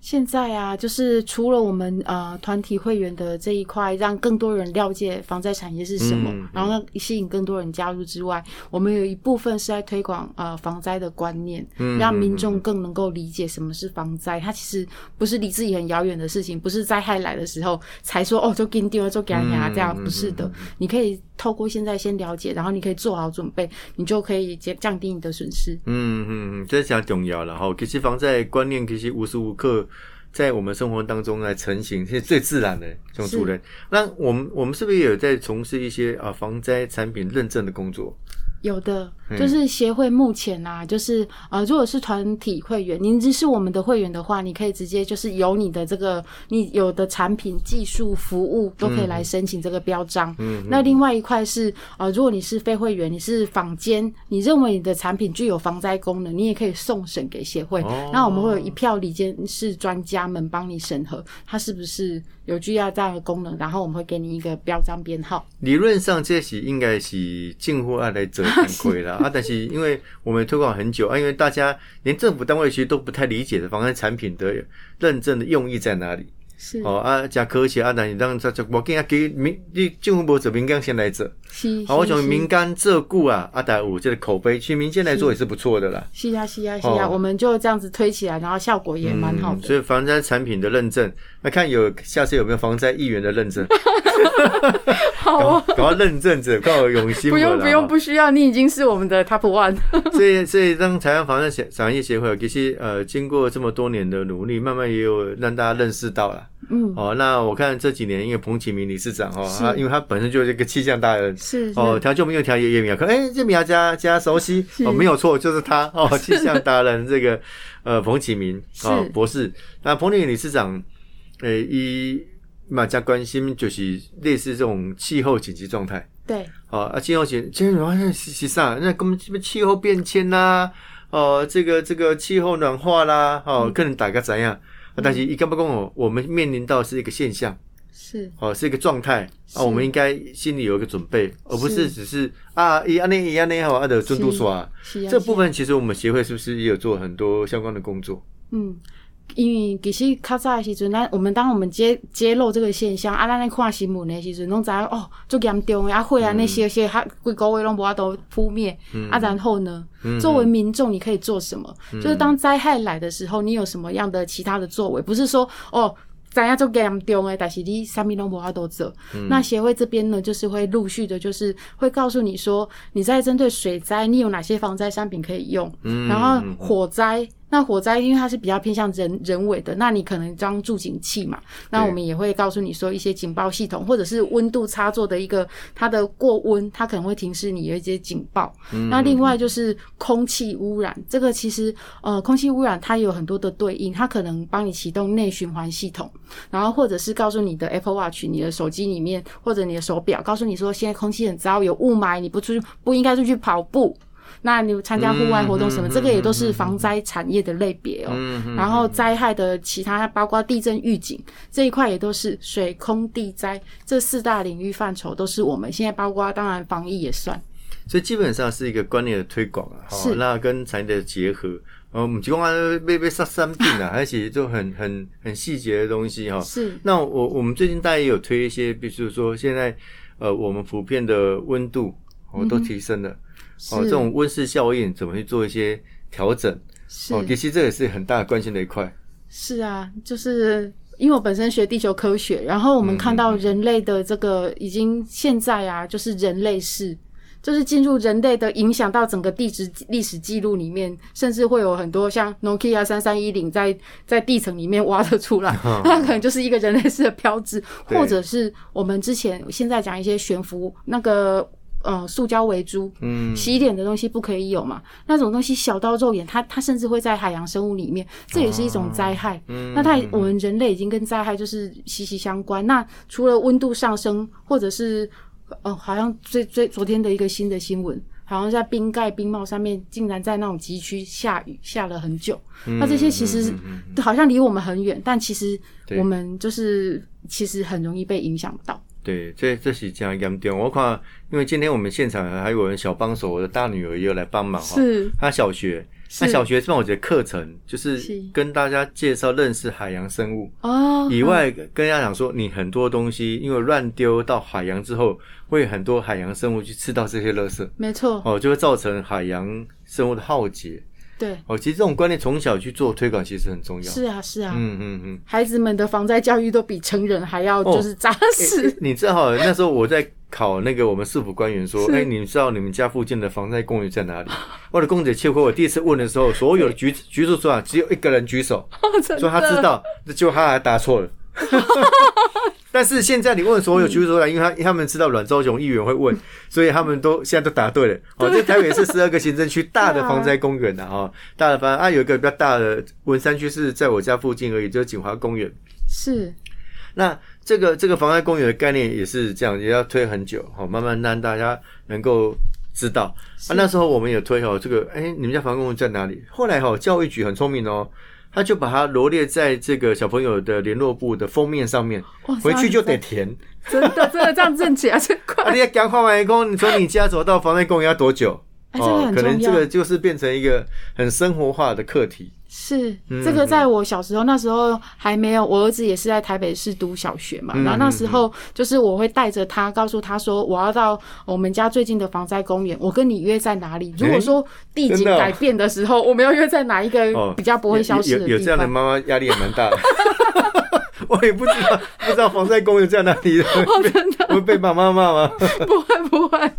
[SPEAKER 3] 现在啊，就是除了我们呃团体会员的这一块，让更多人了解防灾产业是什么，
[SPEAKER 2] 嗯嗯
[SPEAKER 3] 然后吸引更多人加入之外，我们有一部分是在推广呃防灾的观念，
[SPEAKER 2] 嗯
[SPEAKER 3] 让民
[SPEAKER 2] 嗯
[SPEAKER 3] 众
[SPEAKER 2] 嗯
[SPEAKER 3] 更能够理解什么是防灾。它其实不是离自己很遥远的事情，不是灾害来的时候才说哦就跟丢了就给牙
[SPEAKER 2] 嗯
[SPEAKER 3] 这样
[SPEAKER 2] 嗯，
[SPEAKER 3] 不是的。
[SPEAKER 2] 嗯嗯
[SPEAKER 3] 你可以透过现在先了解，然后你可以做好准备，你就可以减降低你的损失。
[SPEAKER 2] 嗯嗯嗯，这是很重要了哈。其实防灾观念其实无时无刻在我们生活当中来成型，是最自然的这种主人。那我们我们是不是也有在从事一些啊防灾产品认证的工作？
[SPEAKER 3] 有的
[SPEAKER 2] 嗯，
[SPEAKER 3] 就是协会目前啊，就是呃，如果是团体会员，您只是我们的会员的话，你可以直接就是有你的这个你有的产品、技术、服务都可以来申请这个标章。
[SPEAKER 2] 嗯，
[SPEAKER 3] 那另外一块是呃，如果你是非会员，你是坊间，你认为你的产品具有防灾功能，你也可以送审给协会。
[SPEAKER 2] 哦
[SPEAKER 3] 那我们会有一票里监事专家们帮你审核，它是不是有具要这样的功能，然后我们会给你一个标章编号。
[SPEAKER 2] 理论上这是应该是近乎爱来者惭愧啦啊，但是因为我们推广很久啊，因为大家连政府单位其实都不太理解的防灾产品的认证的用意在哪里。
[SPEAKER 3] 是，
[SPEAKER 2] 哦啊，加科学啊，但是让这这我跟他给民，你政府不做，民间先来做。
[SPEAKER 3] 是，
[SPEAKER 2] 好，我想
[SPEAKER 3] 是
[SPEAKER 2] 民间照顾啊，阿达五这个口碑，其实民间来做也是不错的啦。
[SPEAKER 3] 是呀、是呀、是呀、
[SPEAKER 2] 哦
[SPEAKER 3] 我们就这样子推起来，然后效果也蛮好
[SPEAKER 2] 嗯
[SPEAKER 3] 的。
[SPEAKER 2] 所以防灾产品的认证，那看有下次有没有防灾议员的认 证，
[SPEAKER 3] 好哦
[SPEAKER 2] 搞搞到认证者，搞永兴
[SPEAKER 3] 不用不用不需要，你已经是我们的 top one。
[SPEAKER 2] 所以，所以让台湾防灾产业协会，其实呃，经过这么多年的努力，慢慢也有让大家认识到了。
[SPEAKER 3] 嗯，
[SPEAKER 2] 哦，那我看这几年，因为彭启明理事长哦，
[SPEAKER 3] 是
[SPEAKER 2] 他因为他本身就是一个气象达人，
[SPEAKER 3] 是是、
[SPEAKER 2] 哦，调就没有调爷爷苗可，哎，这苗家家熟悉
[SPEAKER 3] 是
[SPEAKER 2] 哦，没有错，就是 他哦，气象达人这个呃彭启明哦
[SPEAKER 3] 是
[SPEAKER 2] 博士，那彭丽理事长，呃，一马家关心就是类似这种气候紧急状态，
[SPEAKER 3] 对，
[SPEAKER 2] 哦啊，气候紧气候状态是啊是啥？那根本这边气候变迁啦、哦，这个这个气候暖化啦，哦，
[SPEAKER 3] 嗯
[SPEAKER 2] 可能大家怎样？啊但是一干不跟我，我们面临到是一个现象。
[SPEAKER 3] 是
[SPEAKER 2] 哦，是一个状态啊，
[SPEAKER 3] 是
[SPEAKER 2] 我们应该心里有一个准备，而不是
[SPEAKER 3] 是
[SPEAKER 2] 只是啊一安内一安内好啊的尊嘟
[SPEAKER 3] 是
[SPEAKER 2] 耍。
[SPEAKER 3] 是呀、
[SPEAKER 2] 这部分其实我们协会是不是也有做很多相关的工作？
[SPEAKER 3] 嗯，因为其实较早的时阵，啊咱我们当我们揭揭露这个现象，啊，咱咧看新闻的时阵，拢知影哦，足严重的啊，火啊那
[SPEAKER 2] 嗯
[SPEAKER 3] 些些，还规个月拢无法度扑灭，啊，然后呢，
[SPEAKER 2] 嗯
[SPEAKER 3] 作为民众你可以做什么？就是当灾害来的时候，你有什么样的其他的作为？不是说哦。怎样就严重诶，但是你啥物拢无法度做。那协会这边呢，就是会陆续的，就是会告诉
[SPEAKER 2] 嗯
[SPEAKER 3] 你说，你在针对水灾，你有哪些防灾商品可以用，然后火灾。那火灾因为它是比较偏向人人为的，那你可能装助警器嘛，那
[SPEAKER 2] 对
[SPEAKER 3] 我们也会告诉你说一些警报系统，或者是温度插座的一个它的过温，它可能会提示你有一些警报。
[SPEAKER 2] 嗯
[SPEAKER 3] 那另外就是空气污染，这个其实呃，空气污染它有很多的对应，它可能帮你启动内循环系统，然后或者是告诉你的 Apple Watch、你的手机里面或者你的手表，告诉你说现在空气很糟，有雾霾，你不出去不应该出去跑步。那你参加户外活动什么，
[SPEAKER 2] 嗯
[SPEAKER 3] 这个也都是防灾产业的类别哦。
[SPEAKER 2] 嗯哼
[SPEAKER 3] 然后灾害的其他，包括地震预警这一块，也都是水、空、地灾这四大领域范畴，都是我们现在包括当然防疫也算。
[SPEAKER 2] 所以基本上是一个观念的推广啊，
[SPEAKER 3] 是
[SPEAKER 2] 哦，那跟产业的结合，呃，唔是讲啊被被杀三病 啊，而且就很很很细节的东西哈、
[SPEAKER 3] 是
[SPEAKER 2] 那我我们最近大家也有推一些，比如说现在呃我们普遍的温度哦都
[SPEAKER 3] 嗯哼
[SPEAKER 2] 提升了，
[SPEAKER 3] 是
[SPEAKER 2] 哦这种温室效应怎么去做一些调整？
[SPEAKER 3] 是
[SPEAKER 2] 哦，其实这也是很大关心的一块。
[SPEAKER 3] 是啊，就是因为我本身学地球科学，然后我们看到人类的这个已经现在啊，就是人类世，就是进入人类的影响到整个地质历史记录里面，甚至会有很多像 Nokia 三三一零在在地层里面挖得出来，那可能就是一个人类世的标志，
[SPEAKER 2] 对
[SPEAKER 3] 或者是我们之前现在讲一些悬浮那个呃塑胶围珠，
[SPEAKER 2] 嗯，
[SPEAKER 3] 洗脸的东西不可以有嘛？那种东西小到肉眼，它它甚至会在海洋生物里面，这也是一种灾害。
[SPEAKER 2] 嗯
[SPEAKER 3] 那它也我们人类已经跟灾害就是息息相关。那除了温度上升，或者是呃，好像最最昨天的一个新的新闻，好像在冰盖、冰帽上面竟然在那种急区下雨，下了很久。那这些其实是
[SPEAKER 2] 嗯嗯
[SPEAKER 3] 好像离我们很远，但其实
[SPEAKER 2] 对
[SPEAKER 3] 我们就是其实很容易被影响到。
[SPEAKER 2] 对，这这是这样严重。我看，因为今天我们现场还有人小帮手，我的大女儿也有来帮忙哈。
[SPEAKER 3] 是
[SPEAKER 2] 她小学，
[SPEAKER 3] 是
[SPEAKER 2] 那小学上我的课程就是
[SPEAKER 3] 是
[SPEAKER 2] 跟大家介绍认识海洋生物
[SPEAKER 3] 哦，
[SPEAKER 2] 以外，跟大家讲说，你很多东西因为乱丢到海洋之后，会很多海洋生物去吃到这些垃圾，
[SPEAKER 3] 没错，
[SPEAKER 2] 哦，就会造成海洋生物的浩劫。
[SPEAKER 3] 对，
[SPEAKER 2] 哦，其实这种观念从小去做推广，其实很重要。
[SPEAKER 3] 是啊，是啊，
[SPEAKER 2] 嗯嗯嗯。
[SPEAKER 3] 孩子们的防灾教育都比成人还要就是扎实。
[SPEAKER 2] 欸 你正好那时候我在考那个我们市府官员说，
[SPEAKER 3] 是
[SPEAKER 2] 哎、你知道你们家附近的防灾公园在哪里？ 我的公姐切回我第一次问的时候，所有的 局局处处长只有一个人举手，
[SPEAKER 3] 哦真的
[SPEAKER 2] 说他知道，结果他还答 错了。但是现在你问所有局处长，因为他他们知道阮昭雄议员会 问，所以他们都现在都答对了。哦，这台北市十二个行政区大的防灾公园的哈，哦大的防啊有一个比较大的文山区是在我家附近而已，就是锦华公园。
[SPEAKER 3] 是
[SPEAKER 2] 那这个这个防灾公园的概念也是这样，也要推很久，好、慢慢让大家能够知道。啊，那时候我们也推哦，这个哎、你们家防灾公园在哪里？后来哦，教育局很聪明哦，他就把它罗列在这个小朋友的联络簿的封面上面
[SPEAKER 3] 哇，
[SPEAKER 2] 回去就
[SPEAKER 3] 这
[SPEAKER 2] 得
[SPEAKER 3] 样
[SPEAKER 2] 填。
[SPEAKER 3] 真的真的这样认起来真 快。
[SPEAKER 2] 啊，你要赶快完工，你从你家走到防灾公园要多久？哦
[SPEAKER 3] 哎这个很
[SPEAKER 2] 可能
[SPEAKER 3] 重要
[SPEAKER 2] 这个就是变成一个很生活化的课题。
[SPEAKER 3] 是
[SPEAKER 2] 嗯
[SPEAKER 3] 这个，在我小时候那时候还没有，我儿子也是在台北市读小学嘛，
[SPEAKER 2] 嗯
[SPEAKER 3] 然后那时候就是我会带着他，告诉他说我要到我们家最近的防灾公园，我跟你约在哪里。如果说地景
[SPEAKER 2] 真的哦
[SPEAKER 3] 改变的时候，我们要约在哪一个
[SPEAKER 2] 哦
[SPEAKER 3] 比较不会消失
[SPEAKER 2] 有有有
[SPEAKER 3] 的
[SPEAKER 2] 有
[SPEAKER 3] 地
[SPEAKER 2] 这样的
[SPEAKER 3] 方。
[SPEAKER 2] 妈妈压力也蛮大的。 我也不知道，不知道防晒公园在哪 里，
[SPEAKER 3] 哦
[SPEAKER 2] 会被爸妈骂吗？
[SPEAKER 3] 不会不会，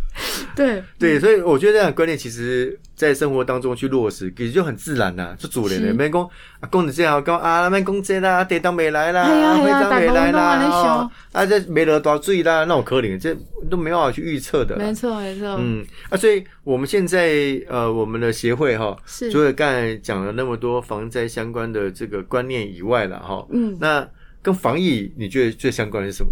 [SPEAKER 3] 对，
[SPEAKER 2] 对，啊所以我觉得这样的观念，其实在生活当中去落实，也就很自然啦，就主人
[SPEAKER 3] 是哎
[SPEAKER 2] 的。没讲啊，公子这样讲啊，那公这啦，地当没来啦，
[SPEAKER 3] 哎呀哎
[SPEAKER 2] 会
[SPEAKER 3] 呀
[SPEAKER 2] 当没来
[SPEAKER 3] 大家
[SPEAKER 2] 啦，
[SPEAKER 3] 拢这样
[SPEAKER 2] 哦啊，这没落大水啦，那种可能这都没办法去预测的啦。
[SPEAKER 3] 没错没错，
[SPEAKER 2] 嗯啊，所以我们现在呃，我们的协会哈，
[SPEAKER 3] 是
[SPEAKER 2] 除了刚才讲了那么多防灾相关的这个观念以外了哈，
[SPEAKER 3] 嗯
[SPEAKER 2] 那跟防疫你觉得最相关的是什么？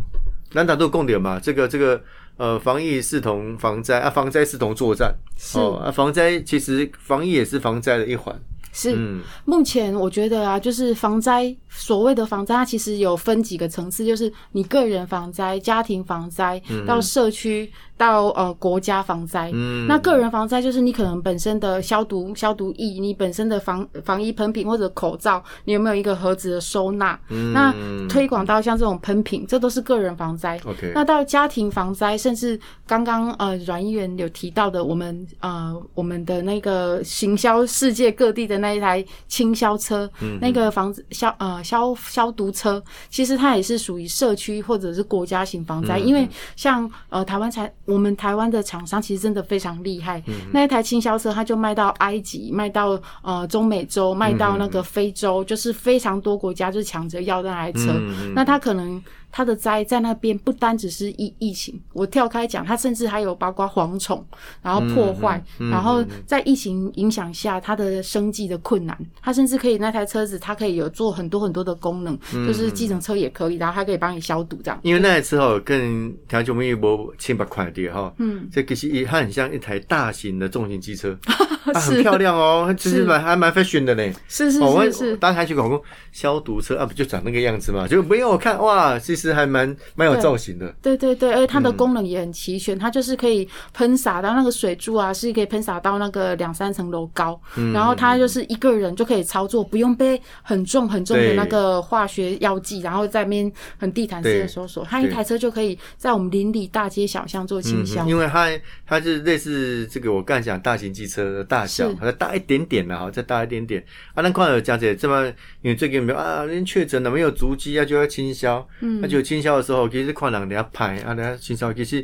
[SPEAKER 2] 南岛都有共点嘛，这个这个呃，防疫视同防灾啊，防灾视同作战
[SPEAKER 3] 是
[SPEAKER 2] 哦啊，防灾其实防疫也是防灾的一环，
[SPEAKER 3] 是。
[SPEAKER 2] 嗯，
[SPEAKER 3] 目前我觉得啊，就是防灾，所谓的防灾，它其实有分几个层次，就是你个人防灾、家庭防灾，到社区，到呃国家防灾。
[SPEAKER 2] 嗯
[SPEAKER 3] 那个人防灾就是你可能本身的消毒消毒液，你本身的防防疫喷品或者口罩，你有没有一个盒子的收纳？
[SPEAKER 2] 嗯
[SPEAKER 3] 那推广到像这种喷品，这都是个人防灾。
[SPEAKER 2] OK，
[SPEAKER 3] 那到家庭防灾，甚至刚刚呃阮议员有提到的，我们呃我们的那个行销世界各地的那一台清消车，
[SPEAKER 2] 嗯
[SPEAKER 3] 那个防消呃消消毒
[SPEAKER 2] 嗯
[SPEAKER 3] 车，其实它也是属于社区或者是国家型防灾，因为像呃台湾产我我们台湾的厂商其实真的非常厉害，
[SPEAKER 2] 嗯
[SPEAKER 3] 那一台倾销车它就卖到埃及，卖到呃中美洲，卖到那
[SPEAKER 2] 嗯
[SPEAKER 3] 个非洲，就是非常多国家就抢着要那台车。
[SPEAKER 2] 嗯
[SPEAKER 3] 那它可能它的灾在那边不单只是疫疫情，我跳开讲，它甚至还有包括蝗虫，然后破坏，
[SPEAKER 2] 嗯嗯嗯
[SPEAKER 3] 然后在疫情影响下，它的生计的困难，它甚至可以那台车子它可以有做很多很多的功能，
[SPEAKER 2] 嗯
[SPEAKER 3] 就是计程车也可以，然后它可以帮你消毒这样。
[SPEAKER 2] 因为那台车哦，跟条九妹无千百块的哈，
[SPEAKER 3] 嗯，
[SPEAKER 2] 这其实也它很像一台大型的重型机 车，啊，
[SPEAKER 3] 是
[SPEAKER 2] 很漂亮哦，其实
[SPEAKER 3] 是
[SPEAKER 2] 蛮还蛮 fashion 的呢。
[SPEAKER 3] 是是
[SPEAKER 2] 哦，
[SPEAKER 3] 是
[SPEAKER 2] 我
[SPEAKER 3] 是，
[SPEAKER 2] 当时还去广工消毒车啊，不就长那个样子嘛？就没有看哇，其实还蛮蛮有
[SPEAKER 3] 对
[SPEAKER 2] 造型的。
[SPEAKER 3] 对对对，而且它的
[SPEAKER 2] 嗯
[SPEAKER 3] 功能也很齐全，它就是可以喷洒到那个水柱啊，是可以喷洒到那个两三层楼高，
[SPEAKER 2] 嗯
[SPEAKER 3] 然后它就是一个人就可以操作，不用背很重很重的
[SPEAKER 2] 对
[SPEAKER 3] 那个化学药剂，然后在那边很地毯式的搜索，它一
[SPEAKER 2] 对
[SPEAKER 3] 台车就可以在我们邻里大街小巷做倾销。
[SPEAKER 2] 嗯因为它它是类似这个我刚才讲大型机车的大小
[SPEAKER 3] 是，
[SPEAKER 2] 好像大一点点啦，哈，再大一点点。啊，那快有讲解这么，因为最近没有啊，人确诊了没有足迹啊，就要清销。
[SPEAKER 3] 嗯
[SPEAKER 2] 那就清销的时候，其实看人等下拍啊，等下清销，其实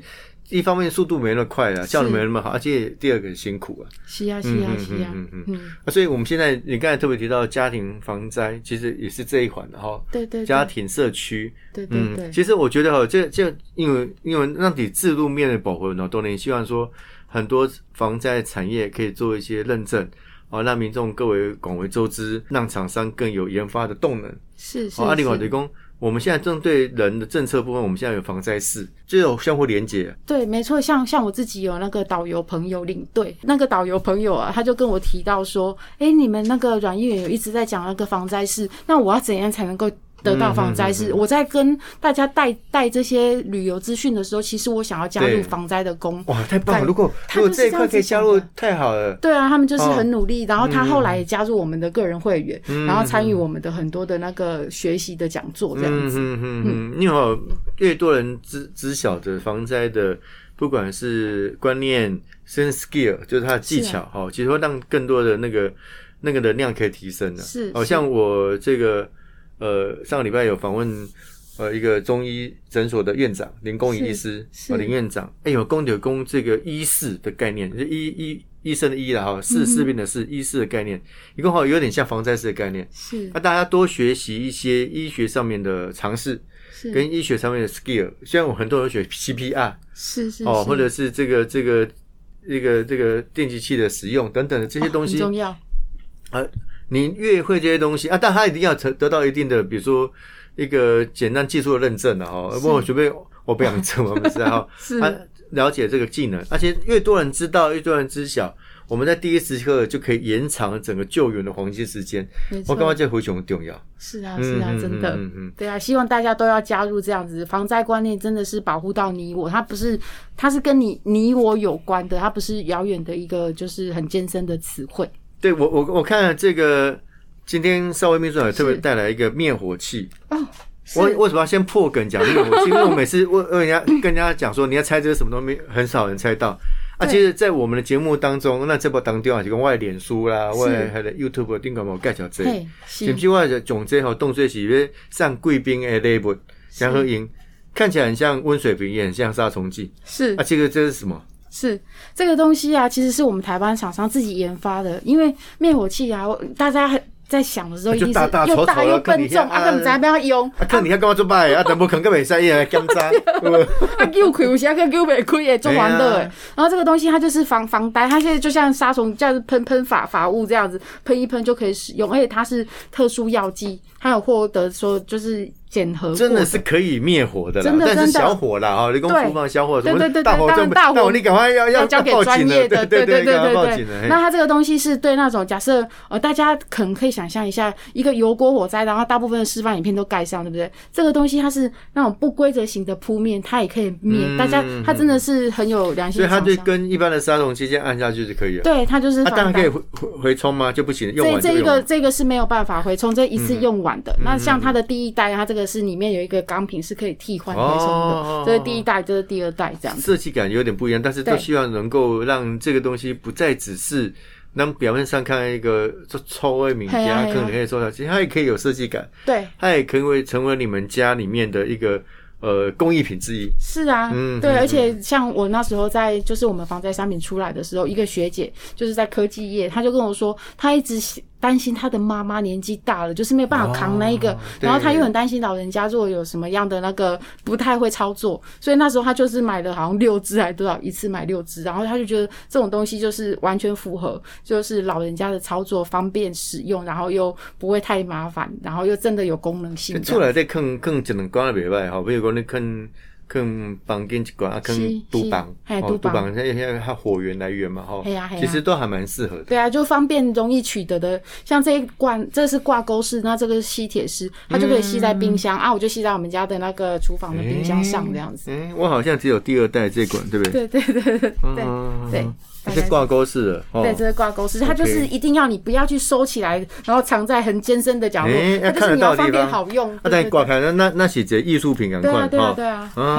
[SPEAKER 2] 一方面速度没那么快了，效率没那么好，而且第二个辛苦啊。
[SPEAKER 3] 是啊是啊
[SPEAKER 2] 嗯嗯
[SPEAKER 3] 是啊，
[SPEAKER 2] 嗯嗯
[SPEAKER 3] 嗯，
[SPEAKER 2] 啊所以我们现在你刚才特别提到家庭防灾，其实也是这一环的哈。
[SPEAKER 3] 对对
[SPEAKER 2] 家
[SPEAKER 3] 对
[SPEAKER 2] 庭、社区，
[SPEAKER 3] 对对
[SPEAKER 2] 嗯，
[SPEAKER 3] 对，
[SPEAKER 2] 其实我觉得哈，这这因为因为让你制度面的保护呢，多年希望说很多房在产业可以做一些认证。哦，让民众更为广为周知，让厂商更有研发的动能。
[SPEAKER 3] 是是
[SPEAKER 2] 哦，阿里瓦提
[SPEAKER 3] 是，
[SPEAKER 2] 供，我们现在针对人的政策部分，我们现在有防灾室，这有相互连接。
[SPEAKER 3] 对，没错，像像我自己有那个导游朋友领队，那个导游朋友啊，他就跟我提到说，哎，你们那个软业有一直在讲那个防灾事，那我要怎样才能够？得到防灾
[SPEAKER 2] 嗯
[SPEAKER 3] 事？
[SPEAKER 2] 嗯嗯嗯
[SPEAKER 3] 我在跟大家带带这些旅游资讯的时候，其实我想要加入
[SPEAKER 2] 对
[SPEAKER 3] 防灾的工。
[SPEAKER 2] 哇，太棒了！
[SPEAKER 3] 在
[SPEAKER 2] 如果
[SPEAKER 3] 他
[SPEAKER 2] 如果
[SPEAKER 3] 就是
[SPEAKER 2] 这一
[SPEAKER 3] 这
[SPEAKER 2] 块
[SPEAKER 3] 样
[SPEAKER 2] 可以
[SPEAKER 3] 子
[SPEAKER 2] 加
[SPEAKER 3] 想
[SPEAKER 2] 入
[SPEAKER 3] 的，
[SPEAKER 2] 太好了。
[SPEAKER 3] 对啊，他们就是
[SPEAKER 2] 哦
[SPEAKER 3] 很努力，然后他后来
[SPEAKER 2] 嗯
[SPEAKER 3] 也加入我们的个人会员，
[SPEAKER 2] 嗯
[SPEAKER 3] 然后参与我们的很多的那个学习的讲座，这样
[SPEAKER 2] 嗯
[SPEAKER 3] 子。
[SPEAKER 2] 嗯嗯嗯，因为哦越多人知知晓的防灾的，不管是观念、生 skill，就是它的技巧，哈、其实会让更多的那个那个能量可以提升的、
[SPEAKER 3] 是
[SPEAKER 2] 好、
[SPEAKER 3] 是
[SPEAKER 2] 像我这个呃上个礼拜有访问。呃，一个中医诊所的院长林公仪
[SPEAKER 3] 是
[SPEAKER 2] 医师，
[SPEAKER 3] 是
[SPEAKER 2] 呃，林院长，哎有公有公这个医事的概念，就是医医医生的医啦哈，
[SPEAKER 3] 嗯
[SPEAKER 2] 事
[SPEAKER 3] 哼
[SPEAKER 2] 事病的事，医事的概念，一共好有点像防灾师的概念，
[SPEAKER 3] 是
[SPEAKER 2] 啊那大家多学习一些医学上面的常识，
[SPEAKER 3] 是
[SPEAKER 2] 跟医学上面的 skill。虽然我很多人学 CPR
[SPEAKER 3] 是是
[SPEAKER 2] 哦，
[SPEAKER 3] 是
[SPEAKER 2] 或者是这个这个这个这个电击器的使用等等的这些
[SPEAKER 3] 哦
[SPEAKER 2] 东
[SPEAKER 3] 很
[SPEAKER 2] 西，
[SPEAKER 3] 重要，
[SPEAKER 2] 你越会这些东西啊，但他一定要得得到一定的，比如说一个简单技术的认证啊，哦，
[SPEAKER 3] 是
[SPEAKER 2] 不然我随便我不想证，我不知道。
[SPEAKER 3] 是
[SPEAKER 2] 啊，了解这个技能，而且越多人知道，越多人知晓，我们在第一时刻就可以延长整个救援的黄金时间。
[SPEAKER 3] 没
[SPEAKER 2] 我
[SPEAKER 3] 错
[SPEAKER 2] 刚，刚这回熊重要，
[SPEAKER 3] 是啊是啊，真的。
[SPEAKER 2] 嗯嗯嗯
[SPEAKER 3] 对啊，希望大家都要加入这样子防灾观念，真的是保护到你我，它不是，它是跟你你我有关的，它不是遥远的一个就是很艰深的词汇。
[SPEAKER 2] 对我我我看这个今天稍微秘书长有特别
[SPEAKER 3] 是
[SPEAKER 2] 带来一个灭火器，
[SPEAKER 3] 是
[SPEAKER 2] 我为什么要先破梗讲灭火 器？因为我每次问问人家跟人家讲说你要猜这是什么东西，很少人猜到。啊，
[SPEAKER 3] 对
[SPEAKER 2] 其实，在我们的节目当中，那这波当中啊，就跟外脸书啦，
[SPEAKER 3] 是
[SPEAKER 2] 外还有 YouTube 顶个冇介绍这个，
[SPEAKER 3] 嘿，是
[SPEAKER 2] 甚至我就从这吼动作是要上贵宾的 level，然后赢，看起来很像温水瓶，也很像杀虫剂。
[SPEAKER 3] 是
[SPEAKER 2] 啊，这个这是什么？
[SPEAKER 3] 是这个东西啊，其实是我们台湾厂商自己研发的，因为灭火器啊，大家很在想的时候一定
[SPEAKER 2] 就是大大丑
[SPEAKER 3] 又
[SPEAKER 2] 丑
[SPEAKER 3] 大
[SPEAKER 2] 的
[SPEAKER 3] 又
[SPEAKER 2] 跟你
[SPEAKER 3] 笨
[SPEAKER 2] 一样
[SPEAKER 3] 重，啊，根本才不要用，
[SPEAKER 2] 啊，看你要干嘛做拜啊，等不肯个袂使，伊来检查。
[SPEAKER 3] 啊，救开有时啊，个救袂开也做完了哎、
[SPEAKER 2] 对啊
[SPEAKER 3] 然后这个东西它就是防防呆，它现在就像杀虫这样子喷喷法法物这样子喷一喷就可以使用，而且它是特殊药剂，它有获得说就是检核过
[SPEAKER 2] 真的是可以灭火的啦，
[SPEAKER 3] 真的
[SPEAKER 2] 但是
[SPEAKER 3] 真的
[SPEAKER 2] 小火啦哈，你跟
[SPEAKER 3] 对
[SPEAKER 2] 厨房小火什
[SPEAKER 3] 对
[SPEAKER 2] 么
[SPEAKER 3] 对对对
[SPEAKER 2] 大火
[SPEAKER 3] 当然
[SPEAKER 2] 不
[SPEAKER 3] 大火
[SPEAKER 2] 大火你赶快要
[SPEAKER 3] 要
[SPEAKER 2] 要
[SPEAKER 3] 交给
[SPEAKER 2] 报
[SPEAKER 3] 专
[SPEAKER 2] 警了，
[SPEAKER 3] 业
[SPEAKER 2] 对
[SPEAKER 3] 的，
[SPEAKER 2] 对
[SPEAKER 3] 对
[SPEAKER 2] 赶快
[SPEAKER 3] 对
[SPEAKER 2] 报警了。
[SPEAKER 3] 对。那
[SPEAKER 2] 嘿
[SPEAKER 3] 它这个东西是对那种假设呃，大家可能可以想象一下，一个油锅火灾，然后大部分的示范影片都盖上，对不对？这个东西它是那种不规则型的铺面，它也可以灭。
[SPEAKER 2] 嗯
[SPEAKER 3] 大家
[SPEAKER 2] 嗯
[SPEAKER 3] 它真的是很有良心
[SPEAKER 2] 所以
[SPEAKER 3] 的
[SPEAKER 2] 它
[SPEAKER 3] 厂
[SPEAKER 2] 就
[SPEAKER 3] 商。
[SPEAKER 2] 跟一般的杀虫剂这样按下去就可以了。
[SPEAKER 3] 对，它就是
[SPEAKER 2] 啊，
[SPEAKER 3] 防
[SPEAKER 2] 当然可
[SPEAKER 3] 呆
[SPEAKER 2] 以回回回冲吗？就不行，用
[SPEAKER 3] 这
[SPEAKER 2] 完就
[SPEAKER 3] 这一
[SPEAKER 2] 用
[SPEAKER 3] 个
[SPEAKER 2] 完。
[SPEAKER 3] 这个是没有办法回充，这一次
[SPEAKER 2] 嗯
[SPEAKER 3] 用完的。那像
[SPEAKER 2] 嗯
[SPEAKER 3] 它的第一代，它这个是里面有一个钢瓶是可以替换回充
[SPEAKER 2] 哦
[SPEAKER 3] 的，这是第一代，这是第二代这样子。
[SPEAKER 2] 设计感有点不一样，但是都
[SPEAKER 3] 对
[SPEAKER 2] 希望能够让这个东西不再只是。让表面上看一个就臭味名
[SPEAKER 3] 嘿啊
[SPEAKER 2] 家，
[SPEAKER 3] 嘿啊
[SPEAKER 2] 可能可以做到，其实它也可以有设计感，
[SPEAKER 3] 对，
[SPEAKER 2] 它也可以成为成为你们家里面的一个呃工艺品之一。
[SPEAKER 3] 是啊，
[SPEAKER 2] 嗯
[SPEAKER 3] 对，
[SPEAKER 2] 嗯
[SPEAKER 3] 而且像我那时候在，就是我们防灾商品出来的时候，一个学姐就是在科技业，她就跟我说，她一直担心她的妈妈年纪大了，就是没有办法扛那一个，
[SPEAKER 2] 哦
[SPEAKER 3] 然后她又
[SPEAKER 2] 对
[SPEAKER 3] 很担心老人家如果有什么样的那个不太会操作，所以那时候她就是买了好像六只还多少一次买六只，然后她就觉得这种东西就是完全符合，就是老人家的操作方便使用，然后又不会太麻烦，然后又真的有功能性这样子。
[SPEAKER 2] 厝内底放放一两罐也袂歹吼，比如讲你放放房间一罐，啊，放
[SPEAKER 3] 是
[SPEAKER 2] 厨房，
[SPEAKER 3] 是嘿
[SPEAKER 2] 哦厨
[SPEAKER 3] 厨房
[SPEAKER 2] 房现在现在它火源来源嘛吼
[SPEAKER 3] 嘿呀嘿，呀
[SPEAKER 2] 其实都还蛮适合的。
[SPEAKER 3] 对啊，就方便容易取得的，像这一罐，这是挂钩式，那这个是吸铁式，它就可以吸在冰箱、啊，我就吸在我们家的那个厨房的冰箱上这样子。
[SPEAKER 2] 嗯，我好像只有第二代这款，对不对？
[SPEAKER 3] 对对对对对对
[SPEAKER 2] 嗯
[SPEAKER 3] 对，大
[SPEAKER 2] 它
[SPEAKER 3] 概
[SPEAKER 2] 是
[SPEAKER 3] 是
[SPEAKER 2] 挂钩式的哦。
[SPEAKER 3] 对，这是挂钩式，它就是一定要你不要去收起来，然后藏在很艰深的角落
[SPEAKER 2] 诶，
[SPEAKER 3] 它
[SPEAKER 2] 要
[SPEAKER 3] 就是
[SPEAKER 2] 看得
[SPEAKER 3] 你要
[SPEAKER 2] 到的
[SPEAKER 3] 方
[SPEAKER 2] 地
[SPEAKER 3] 便
[SPEAKER 2] 方。
[SPEAKER 3] 好用。
[SPEAKER 2] 啊，
[SPEAKER 3] 对
[SPEAKER 2] 但
[SPEAKER 3] 对
[SPEAKER 2] 挂
[SPEAKER 3] 对
[SPEAKER 2] 开那那那是一个艺术品，赶
[SPEAKER 3] 对啊
[SPEAKER 2] 快
[SPEAKER 3] 对啊
[SPEAKER 2] 哈。
[SPEAKER 3] 对啊，
[SPEAKER 2] 啊啊啊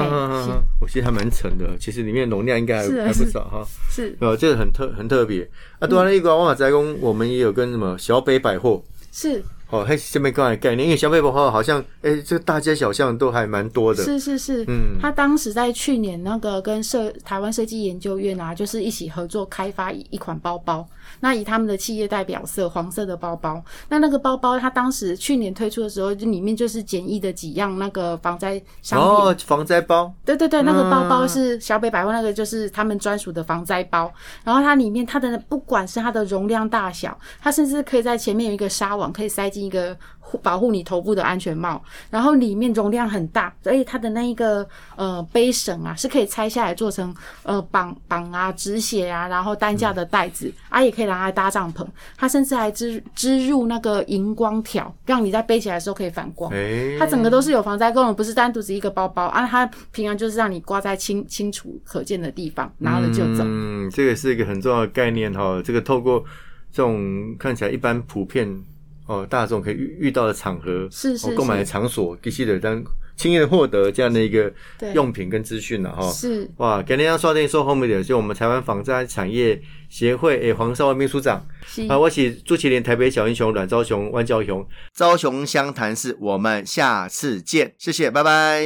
[SPEAKER 2] 啊！
[SPEAKER 3] 嘿
[SPEAKER 2] 我觉得还蛮沉的，其实里面容量应该还
[SPEAKER 3] 是啊
[SPEAKER 2] 还不
[SPEAKER 3] 是嗯
[SPEAKER 2] 少哈。
[SPEAKER 3] 是是
[SPEAKER 2] 哦，这个很特很特别。啊，对啊，那一个万华宅工，我们也有跟什么小北百货，
[SPEAKER 3] 是
[SPEAKER 2] 哦，还下面刚才概念，因为小北百货好像，哎、这个大街小巷都还蛮多的。
[SPEAKER 3] 是是是，
[SPEAKER 2] 嗯
[SPEAKER 3] 他当时在去年那个跟设台湾设计研究院啊，就是一起合作开发一一款包包，那以他们的企业代表色黄色的包包，那那个包包它当时去年推出的时候，就里面就是简易的几样那个防灾商品，
[SPEAKER 2] 哦，防灾包，
[SPEAKER 3] 对对对，那个包包
[SPEAKER 2] 嗯
[SPEAKER 3] 是小北百货那个，就是他们专属的防灾包。然后它里面它的不管是它的容量大小，它甚至可以在前面有一个纱网，可以塞进一个护保护你头部的安全帽。然后里面容量很大，而且它的那一个呃背绳啊，是可以拆下来做成呃绑绑啊、止血啊，然后担架的带子、啊，也可以拿来搭帐篷。它甚至还织织入那个荧光条，让你在背起来的时候可以反光。
[SPEAKER 2] 哎、
[SPEAKER 3] 它整个都是有防灾功能，不是单独只一个包包啊。它平常就是让你挂在清清楚可见的地方，拿了就走。
[SPEAKER 2] 嗯，这个是一个很重要的概念哈、这个透过这种看起来一般普遍哦大众可以遇遇到的场合，
[SPEAKER 3] 是是
[SPEAKER 2] 哦购买的
[SPEAKER 3] 是
[SPEAKER 2] 场所，必须得当轻易的获得这样的一个
[SPEAKER 3] 对
[SPEAKER 2] 用品跟资讯了啊哈。
[SPEAKER 3] 是
[SPEAKER 2] 哇，给大家刷电说后面的，就我们台湾防灾产业协会诶、黄少文秘书长
[SPEAKER 3] 是
[SPEAKER 2] 啊，，我是朱麒麟台北小英雄阮昭雄、万昭雄。
[SPEAKER 1] 朝雄湘潭市，我们下次见，谢谢，拜拜。